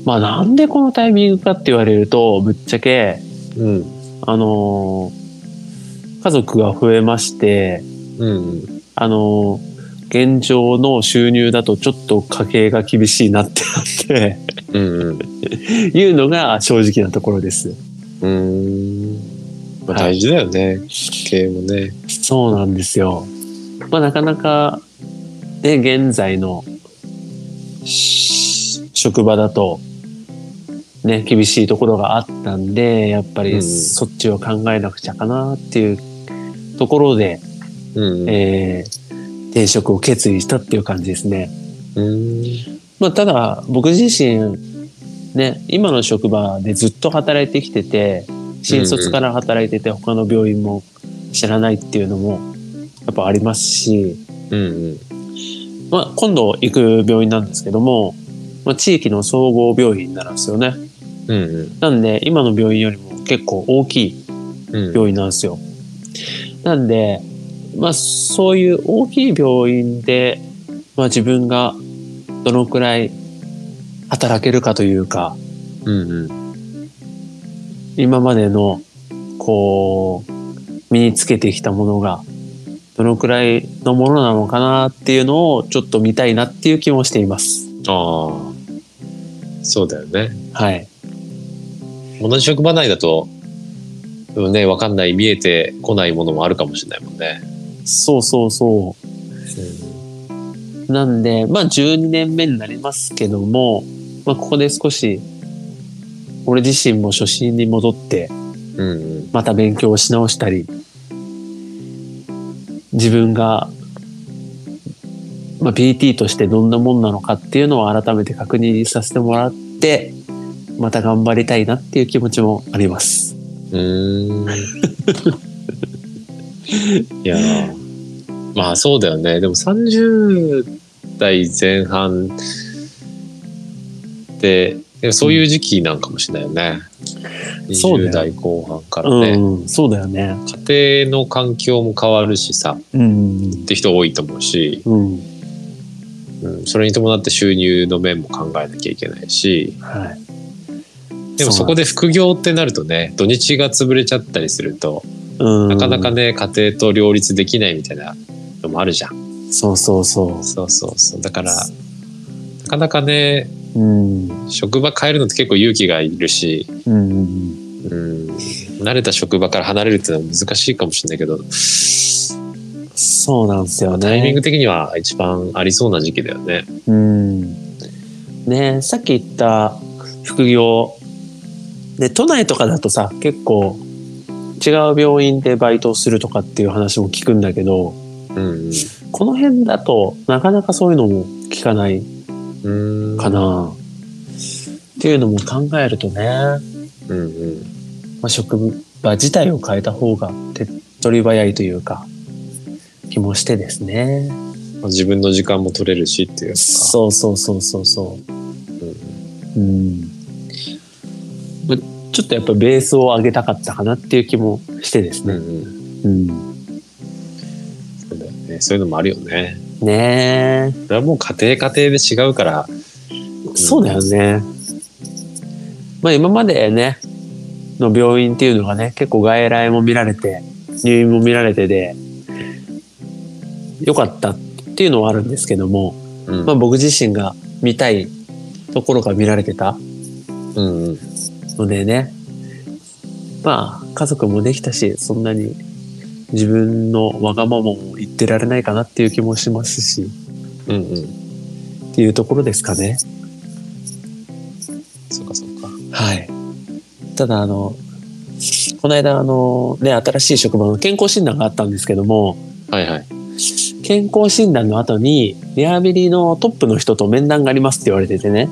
Speaker 3: まあなんでこのタイミングかって言われると、ぶっちゃけ、
Speaker 2: うん
Speaker 3: あのー家族が増えまして、
Speaker 2: うん
Speaker 3: あのー現状の収入だとちょっと家計が厳しいなってなって、
Speaker 2: うん
Speaker 3: いうのが正直なところです。
Speaker 2: うんまあ
Speaker 3: はい
Speaker 2: 大事だよね経営もね
Speaker 3: そうなんですよ。まあなかなか、ね、現在のし職場だと、ね、厳しいところがあったんで、やっぱ
Speaker 2: う
Speaker 3: り
Speaker 2: ん
Speaker 3: そっちを考えなくちゃかなっていうところで、
Speaker 2: うん
Speaker 3: えー転職を決意したっていう感じですね。
Speaker 2: うん
Speaker 3: まあ、ただ僕自身ね今の職場でずっと働いてきてて新卒から働いてて他の病院も知らないっていうのもやっぱありますし、
Speaker 2: うん
Speaker 3: まあ、今度行く病院なんですけども、まあ、地域の総合病院なんですよね
Speaker 2: うんうん
Speaker 3: なんで今の病院よりも結構大きい
Speaker 2: うん
Speaker 3: 病院なんですよなんでまあそういう大きい病院で、まあ、自分がどのくらい働けるかというか
Speaker 2: うんうん
Speaker 3: 今までのこう身につけてきたものがどのくらいのものなのかなっていうのをちょっと見たいなっていう気もしています。
Speaker 2: ああそうだよね
Speaker 3: はい。
Speaker 2: 同じ職場内だとうんねわかんない見えてこないものもあるかもしれないもんね
Speaker 3: そうそうそ
Speaker 2: うん
Speaker 3: う。なんで、まあ12年目になりますけども、まあここで少し俺自身も初心に戻って
Speaker 2: うん
Speaker 3: また勉強し直したり、自分が、まあ、PT としてどんなもんなのかっていうのを改めて確認させてもらって、また頑張りたいなっていう気持ちもあります。 <laughs>
Speaker 2: うんうーんいやーまあそうだよねでも30代前半ででもそういう時期なんかもしれないよね、
Speaker 3: そうだよ
Speaker 2: 20代後半からね、
Speaker 3: うん、そうだよね。
Speaker 2: 家庭の環境も変わるしさっ
Speaker 3: うん、
Speaker 2: て人多いと思うし、
Speaker 3: うん、
Speaker 2: うん、それに伴って収入の面も考えなきゃいけないし
Speaker 3: はい。
Speaker 2: でもそこで副業ってなるとね土日が潰れちゃったりすると
Speaker 3: そう
Speaker 2: な
Speaker 3: なんです、
Speaker 2: かなか
Speaker 3: ね、
Speaker 2: ね家庭と両立できないみたいなのもあるじゃん
Speaker 3: そうそうそ
Speaker 2: そうそうそうだからなかなかね
Speaker 3: う。うん、
Speaker 2: 職場変えるのって結構勇気がいるし、
Speaker 3: うん、
Speaker 2: うん、慣れた職場から離れるっていうのは難しいかもしれないけど
Speaker 3: そうなんですよね。
Speaker 2: タイミング的には一番ありそうな時期だよね
Speaker 3: うん。ねさっき言った副業。で、都内とかだとさ、結構違う病院でバイトをするとかっていう話も聞くんだけど、
Speaker 2: うん
Speaker 3: この辺だとなかなかそういうのも聞かない
Speaker 2: うん
Speaker 3: かな。っていうのも考えるとね、
Speaker 2: うんうん
Speaker 3: まあ、職場自体を変えた方が手っ取り早いというか、気もしてですね。
Speaker 2: まあ自分の時間も取れるしっていうか
Speaker 3: そうそうそうそうそう。
Speaker 2: うん
Speaker 3: うん、まちょっとやっぱベースを上げたかったかなっていう気もしてです
Speaker 2: う
Speaker 3: ね。
Speaker 2: んうん
Speaker 3: うん、
Speaker 2: そうだよねそういうのもあるよね
Speaker 3: ね
Speaker 2: それはもう家庭家庭で違うから
Speaker 3: え、そうだよね。まあ今までね、の病院っていうのがね、結構外来も見られて、入院も見られてで、良かったっていうのはあるんですけども、
Speaker 2: うん
Speaker 3: まあ僕自身が見たいところが見られてた
Speaker 2: うんうん
Speaker 3: のでね、まあ、家族もできたし、そんなに自分のわがままも言ってられないかなっていう気もしますし、
Speaker 2: うんうん。
Speaker 3: っていうところですかね。
Speaker 2: そうかそうか。
Speaker 3: はい。ただ、あの、この間、あの、ね、新しい職場の健康診断があったんですけども、
Speaker 2: はいはい。
Speaker 3: 健康診断の後に、リハビリのトップの人と面談がありますって言われててね。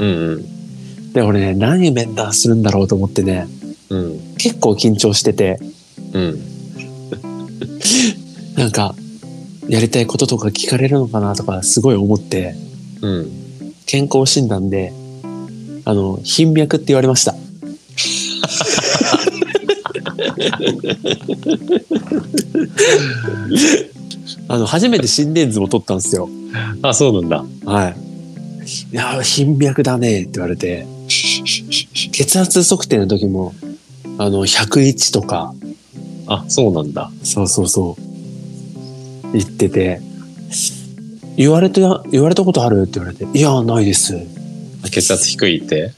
Speaker 2: うんうん。
Speaker 3: で、俺ね、何面談するんだろうと思ってね、
Speaker 2: うん
Speaker 3: 結構緊張してて、
Speaker 2: うん。
Speaker 3: なんか、やりたいこととか聞かれるのかなとか、すごい思って、
Speaker 2: うん。
Speaker 3: 健康診断で、あの、貧脈って言われました。あの、初めて心電図を取ったんですよ。
Speaker 2: あ、そうなんだ。
Speaker 3: はい。いやー、貧脈だねって言われて、血圧測定の時も、あの、101とか、
Speaker 2: あ、そうなんだ。
Speaker 3: そうそうそう。言ってて、言われて、言われたことあるって言われて、いや、ないです。い
Speaker 2: 血圧低いって。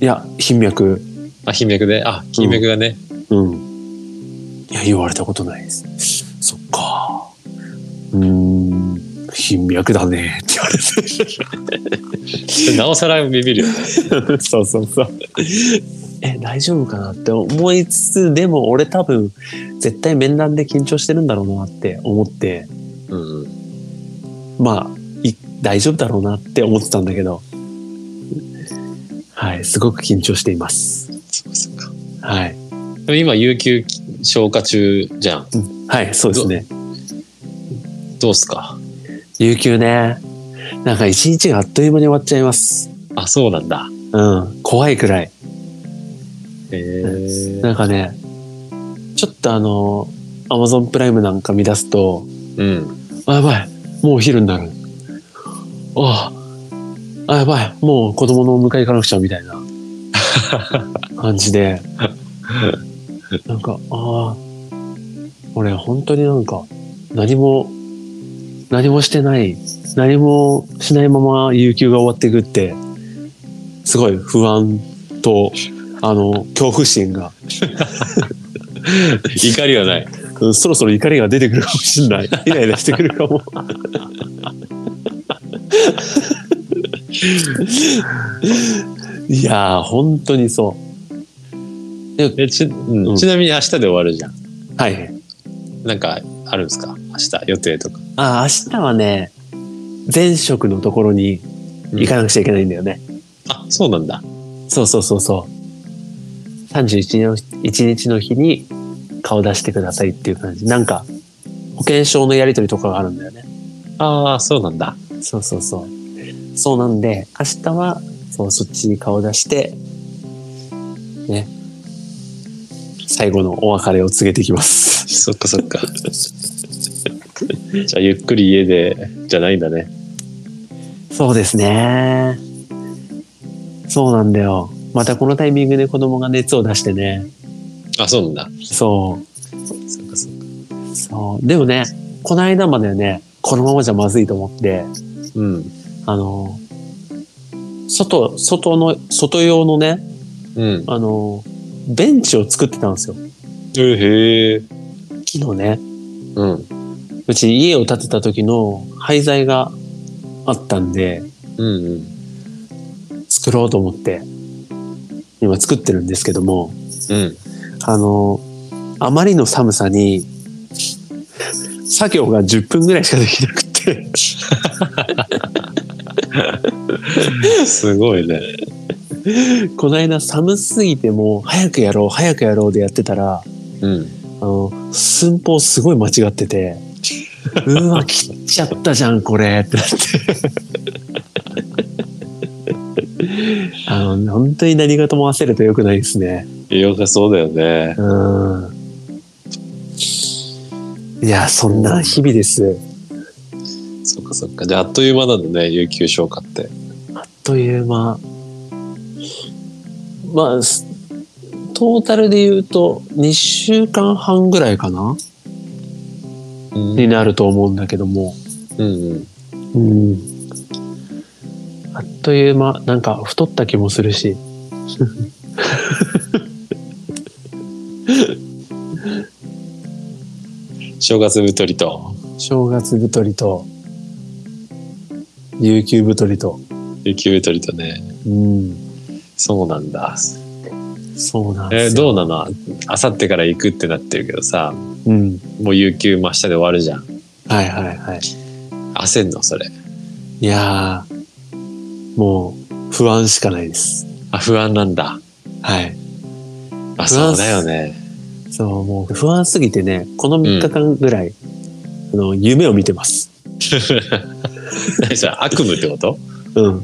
Speaker 3: や、貧脈。
Speaker 2: あ、頻脈で。あ、頻脈がね。
Speaker 3: うん。いや、言われたことないです。そっか。うーん、貧脈だねって言われて。
Speaker 2: それなおさらビビるよね。
Speaker 3: <laughs> そうそうそう。え、大丈夫かなって思いつつ、でも俺多分、絶対面談で緊張してるんだろうなって思って、
Speaker 2: うんうん。
Speaker 3: まあ、い大丈夫だろうなって思ってたんだけど、はい、すごく緊張しています。
Speaker 2: そうかそうか。
Speaker 3: はい。
Speaker 2: でも今、有給消化中じゃん。
Speaker 3: はい、そうですね。
Speaker 2: どうっすか
Speaker 3: 有給ね。なんか一日があっという間に終わっちゃいます。
Speaker 2: あ、そうなんだ。
Speaker 3: うん、怖いくらい。
Speaker 2: へえ。
Speaker 3: なんかね、ちょっとあの、アマゾンプライムなんか見出すと、
Speaker 2: うん。
Speaker 3: あ、やばい。もうお昼になる。ああ、あ、やばい。もう子供のお迎え行かなくちゃ、みたいな感じで。なんか、ああ、俺本当になんか、何も、何もしてない、何もしないまま有給が終わっていくって、すごい不安と、あの、恐怖心が、
Speaker 2: 怒りはない。
Speaker 3: うんそろそろ怒りが出てくるかもしれ <laughs> ない。イライラしてくるかも。いやー、本当にそ
Speaker 2: えち,、うん
Speaker 3: うん
Speaker 2: ちなみに明日で終わるじゃん。
Speaker 3: う。はい。
Speaker 2: なんかあるんですか明日予定とか。
Speaker 3: あ、明日はね、前職のところに行かなくちゃいけないんだよね。
Speaker 2: あ、そうなんだ。
Speaker 3: そうそうそうそう。31日の一日の日に顔出してくださいっていう感じ。なんか、保険証のやり取りとかがあるんだよね。
Speaker 2: ああ、そうなんだ。 <laughs>
Speaker 3: そうそうそう。そうなんで、明日は、そう、そっちに顔出して、ね。最後のお別れを告げてきます。
Speaker 2: そっか <laughs> そっか。じゃあゆっくり家でじゃないんだね。
Speaker 3: そうですね。そうなんだよ。またこのタイミングで子供が熱を出してね。
Speaker 2: あ、そうなんだ。そ
Speaker 3: そ
Speaker 2: っかそっか。
Speaker 3: う。そう。でもね、この間までね、このままじゃまずいと思って、
Speaker 2: うん。
Speaker 3: あの、外、外の、外用のね、
Speaker 2: うん。
Speaker 3: あの、ベンチを作ってたんですよ。
Speaker 2: えへえ。
Speaker 3: 昨日ね。
Speaker 2: うん。
Speaker 3: うち家を建てた時の廃材があったんで、
Speaker 2: うんうん。
Speaker 3: 作ろうと思って、今作ってるんですけども、
Speaker 2: うん。
Speaker 3: あの、あまりの寒さに、作業が10分ぐらいしかできなくて、
Speaker 2: すごいね。
Speaker 3: この間寒すぎても、早くやろう、早くやろうでやってたら、
Speaker 2: うん。
Speaker 3: あの、寸法すごい間違ってて、うわ、切っちゃったじゃん、これってなって。あの、本当に何事も焦ると良くないですね。
Speaker 2: よかそうだよね。
Speaker 3: うん。いや、そんな日々です。
Speaker 2: そっかそっか。じゃああっという間なんだね、有給消化って。
Speaker 3: という間。まあ、すトータルで言うと、2週間半ぐらいかな
Speaker 2: うん
Speaker 3: になると思うんだけども。
Speaker 2: うんうん。
Speaker 3: うん。あっという間、なんか太った気もするし。
Speaker 2: 正月太りと、
Speaker 3: 正月太りと、有給太りと。
Speaker 2: 有給太りとね、
Speaker 3: うん。
Speaker 2: そうなんだ。
Speaker 3: そうなん
Speaker 2: え
Speaker 3: で
Speaker 2: ー
Speaker 3: すよ。
Speaker 2: どうなのあさってから行くってなってるけどさ、
Speaker 3: うん。
Speaker 2: もう有給真下で終わるじゃん。
Speaker 3: はいはいはい。
Speaker 2: 焦んのそれ。
Speaker 3: いやー、もう、不安しかないです。
Speaker 2: あ、不安なんだ。
Speaker 3: はい。
Speaker 2: あ、そうだよね。 <laughs>
Speaker 3: そう、もう不安すぎてね、この3日間ぐらい、あの、夢を見てます。
Speaker 2: 何それ悪夢ってこと
Speaker 3: うん。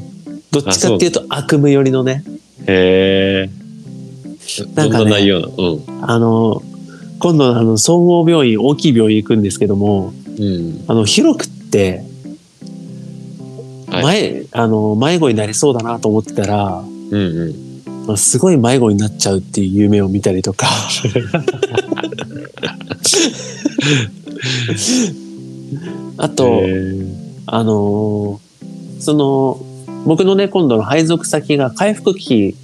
Speaker 3: どっちかっていうと悪夢寄りのね、
Speaker 2: へえ。
Speaker 3: な
Speaker 2: どん
Speaker 3: んかね
Speaker 2: な内容なのうん。
Speaker 3: あの、今度あの、総合病院、大きい病院行くんですけども、
Speaker 2: うん。
Speaker 3: あの、広くって、
Speaker 2: はい
Speaker 3: 前、あの、迷子になりそうだなと思ってたら、
Speaker 2: うんうん。
Speaker 3: まあすごい迷子になっちゃうっていう夢を見たりと
Speaker 2: <laughs>
Speaker 3: か、あと、
Speaker 2: へー
Speaker 3: あのーその、僕のね、今度の配属先が回復期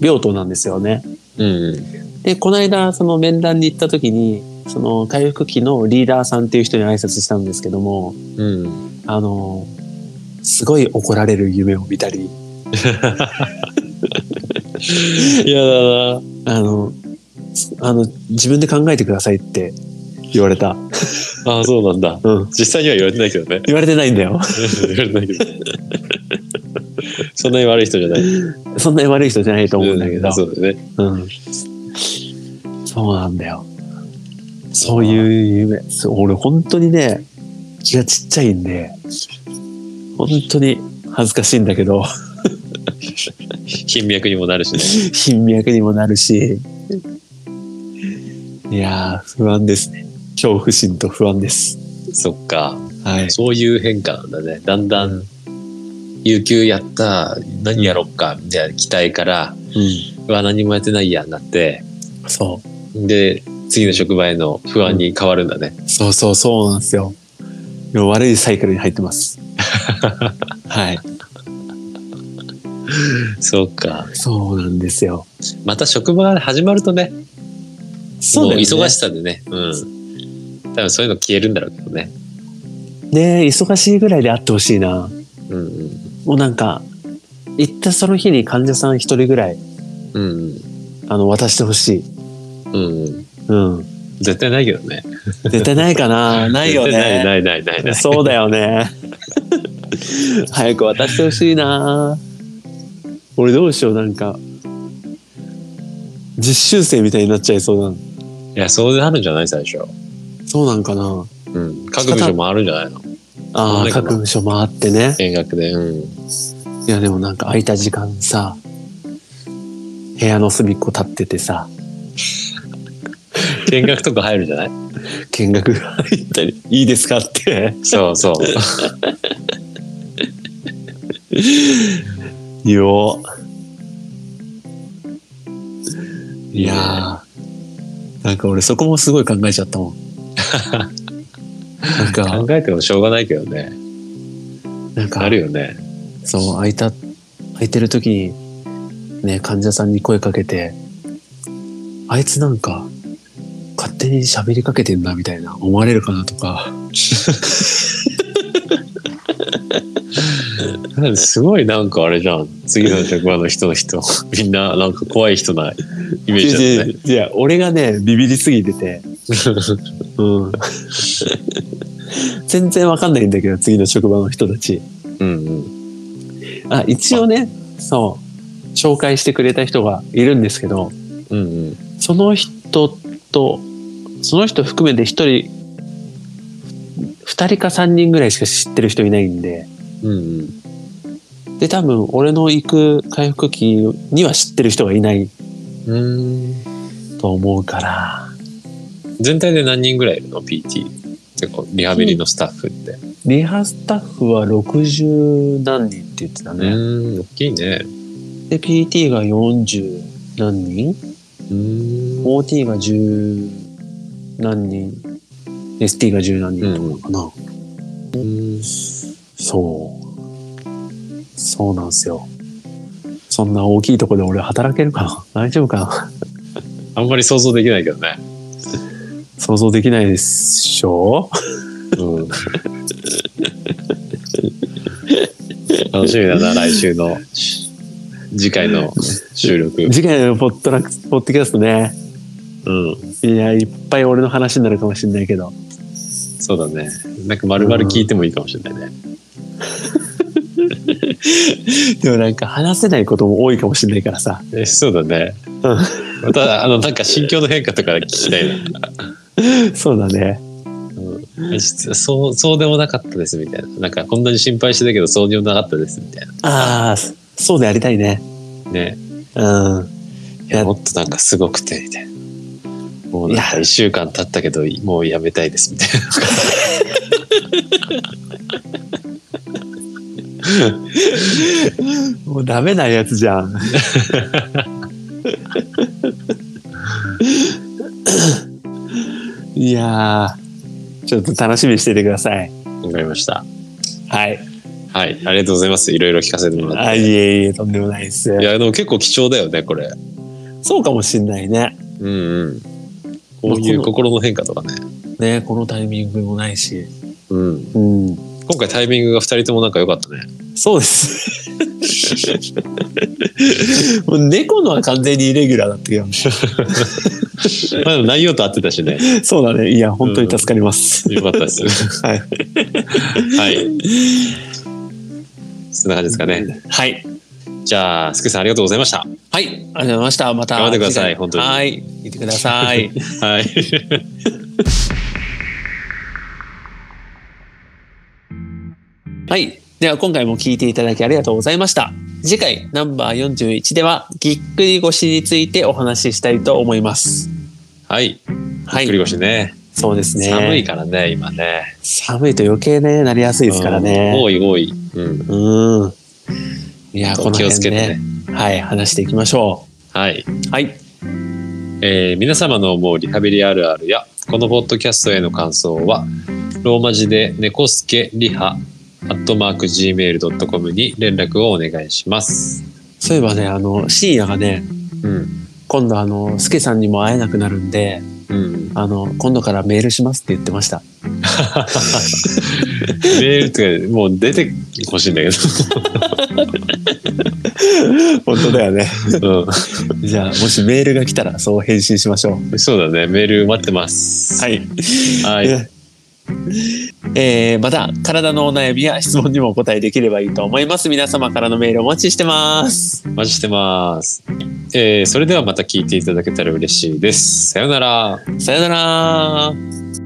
Speaker 3: 病棟なんですよね。
Speaker 2: うんうん。
Speaker 3: で、この間、その面談に行った時に、その回復期のリーダーさんっていう人に挨拶したんですけども、
Speaker 2: うん。 <laughs>
Speaker 3: あのーすごい怒られる夢を見たり、
Speaker 2: 嫌だな。
Speaker 3: あの、すあの、自分で考えてくださいって言われた。
Speaker 2: ああ、そうなんだ。
Speaker 3: うん。
Speaker 2: 実際には言われてないけどね。 <laughs>
Speaker 3: 言われてないんだよ。 <laughs>
Speaker 2: 言われてないけど。 <laughs> そんなに悪い人じゃない
Speaker 3: そんなに悪い人じゃないと
Speaker 2: と
Speaker 3: 思うんだけど。
Speaker 2: そうだよね。
Speaker 3: うん。そうなんだよ。そういう夢。そう俺本当にね、気がちっちゃいんで、本当に恥ずかしいんだけど、 <laughs>
Speaker 2: <laughs> 貧脈にもなるしね。
Speaker 3: 貧脈にもなるし、いやー、不安ですね。恐怖心と不安です。
Speaker 2: そっか。
Speaker 3: はい。
Speaker 2: そういう変化なんだね。だんだん、有給やった、何やろっか、みたいな期待から、
Speaker 3: う
Speaker 2: うわ、何もやってないや、なって、
Speaker 3: ん。そ
Speaker 2: で、次の職場への不安に変わるんだね。
Speaker 3: う。そうそうそうなんですよ。今悪いサイクルに入っ
Speaker 2: <laughs>
Speaker 3: てます。はい。
Speaker 2: そうか。
Speaker 3: そうなんですよ。
Speaker 2: また職場が始まるとね、
Speaker 3: そうだ
Speaker 2: も
Speaker 3: よ
Speaker 2: う
Speaker 3: ね。
Speaker 2: 忙しさでね、うん。多分そういうの消えるんだろうけどね。
Speaker 3: ねえ忙しいぐらいであってほしい
Speaker 2: う
Speaker 3: な。
Speaker 2: んうん。
Speaker 3: もうなんか、行ったその日に患者さん一人ぐらい、
Speaker 2: うん
Speaker 3: あの、渡してほしい。
Speaker 2: うん。うん。
Speaker 3: うん。
Speaker 2: 絶対ないけどね。
Speaker 3: 絶対ない
Speaker 2: <laughs>
Speaker 3: かなないよね。
Speaker 2: 絶対ないないないないない。
Speaker 3: そうだよ
Speaker 2: <laughs>
Speaker 3: ね。早く渡してほしいな俺どうしよう、なんか。実習生みたいになっちゃいそうなの。
Speaker 2: いや、そうなるんじゃない最初。
Speaker 3: そうなんかな
Speaker 2: うん。各部署もあるんじゃないの
Speaker 3: あ
Speaker 2: そうだけど
Speaker 3: あ、各部署回ってね。
Speaker 2: 見学で。うん。
Speaker 3: いや、でもなんか空いた時間さ、部屋の隅っこ立っててさ、
Speaker 2: 見学とか入るんじ
Speaker 3: <laughs>
Speaker 2: ゃない
Speaker 3: 見学が入ったり、いいですかって。
Speaker 2: そうそう。
Speaker 3: よいやーなんか俺そこもすごい考えちゃったも
Speaker 2: <laughs>
Speaker 3: んなんか
Speaker 2: 考えてもしょうがないけどね。
Speaker 3: なんか
Speaker 2: あるよね。
Speaker 3: そう空いた空いてる時にね患者さんに声かけてあいつなんか勝手に喋りかけてんなみたいな思われるかなとか
Speaker 2: すごいなんかあれじゃん。次の職場の人の人、みんななんか怖い人なイメージだね。
Speaker 3: いや俺がねビビりすぎててうん全然わかんないんだけど次の職場の人たち
Speaker 2: うんうん。
Speaker 3: あ、一応ね、そう、紹介してくれた人がいるんですけど、
Speaker 2: うんうん。
Speaker 3: その人と、その人含めて一人、二人か三人ぐらいしか知ってる人いないんで、
Speaker 2: うんうん。
Speaker 3: で、多分俺の行く回復期には知ってる人がいない
Speaker 2: うん
Speaker 3: と思うから、
Speaker 2: 全体で何人ぐらいいるの ?PT。ってこうリハビリのスタッフって。
Speaker 3: リハスタッフは60何人って言ってた
Speaker 2: う
Speaker 3: ね。
Speaker 2: ん、大きいね。
Speaker 3: で、PT が40何人
Speaker 2: うん。
Speaker 3: OT が10何人 ST が10何人とかかな、そうそうなんですよそんな大きいとこで俺働けるかな大丈夫かな
Speaker 2: あんまり想像できないけどね。
Speaker 3: 想像できないでしょ
Speaker 2: <laughs> うん。楽しみだな、来週の、次回の収録。
Speaker 3: 次回のポッドラックスポッドキャストね。
Speaker 2: うん。
Speaker 3: いや、いっぱい俺の話になるかもしれないけど。
Speaker 2: そうだね。なんか丸々聞いてもいいかもしれないね。
Speaker 3: でもなんか話せないことも多いかもしれないからさ。
Speaker 2: えそうだね。また、あの、なんか心境の変化とか聞きたいな。
Speaker 3: そうだね。
Speaker 2: うん、実はそうそうでもなかったですみたいななんかこんなに心配してたけどそうでもなかったですみたい
Speaker 3: ああ、そそうでありたいね。
Speaker 2: なね
Speaker 3: うん。
Speaker 2: いや
Speaker 3: いや
Speaker 2: もっとなんかすごくてみたいなもうなんか
Speaker 3: いや
Speaker 2: 1週間経ったけどもうやめたいですみたいな
Speaker 3: もうダメなやつじゃ <laughs> ん。いやー、ちょっと楽しみにしててください。
Speaker 2: わかりました
Speaker 3: はい。
Speaker 2: はいありがとうございますいろいろ聞かせてもらっ
Speaker 3: あ、
Speaker 2: て、
Speaker 3: いえいえ、とんでもないです
Speaker 2: い、。やでも結構貴重だよねこれ
Speaker 3: そうかもしんないね。
Speaker 2: うんうんこういう心の変化とかね
Speaker 3: ね、このタイミングもないし。
Speaker 2: うん
Speaker 3: うん。
Speaker 2: 今回タイミングが2人ともなんか良かったね
Speaker 3: そう <laughs> です。もう猫のは完全にイレギュラーだったけ <laughs> ど、
Speaker 2: <laughs> まあでも内容と合ってたしね
Speaker 3: そうだね。いや、本当に助かります。
Speaker 2: よかったです
Speaker 3: <laughs> はい。
Speaker 2: はいそんな感じですかね
Speaker 3: はい。
Speaker 2: じゃあ、すけさんありがとうございました。
Speaker 3: はい、ありがとうございました。また
Speaker 2: 頑張ってください
Speaker 3: 次回
Speaker 2: 本当に
Speaker 3: はい、見てください。 <laughs>
Speaker 2: はい。
Speaker 3: はい。では今回も聞いていただきありがとうございました。次回ナンバー41ではぎっくり腰についてお話ししたいと思います。
Speaker 2: はい。
Speaker 3: は
Speaker 2: 繰り
Speaker 3: い。
Speaker 2: 越しね。
Speaker 3: そうですね。
Speaker 2: 寒いからね、今ね。
Speaker 3: 寒いと余計ね、なりやすいですから
Speaker 2: うん
Speaker 3: ね。
Speaker 2: 多い多い。うん。
Speaker 3: うん。いや、この
Speaker 2: 気をつけ
Speaker 3: 辺
Speaker 2: て
Speaker 3: ね
Speaker 2: ね。
Speaker 3: はい、話していきましょ
Speaker 2: はい。
Speaker 3: う。はい。
Speaker 2: えー皆様の思うリハビリあるあるや、このポッドキャストへの感想は、ローマ字で猫助リハ、アットマーク Gmail.com に連絡をお願いします。
Speaker 3: そういえばね、あの、深夜がね、
Speaker 2: うん。
Speaker 3: 今度あの、スケさんにも会えなくなるんで、
Speaker 2: うん。
Speaker 3: あの、今度からメールしますって言って
Speaker 2: <laughs>
Speaker 3: ました。
Speaker 2: メールとか、もう出てほしいんだけ
Speaker 3: 本当だよね。
Speaker 2: ど。
Speaker 3: じゃあ、もしメールが来たら、そう返信しましょう。
Speaker 2: うん。そうだね。メール待ってます。
Speaker 3: はい。
Speaker 2: はい。
Speaker 3: ええーまた、体のお悩みや質問にもお答えできればいいと思います。皆様からのメールお待ちしてます。
Speaker 2: お待ちしてます。えーそれではまた聞いていただけたら嬉しいです。さようなら。
Speaker 3: さよなら。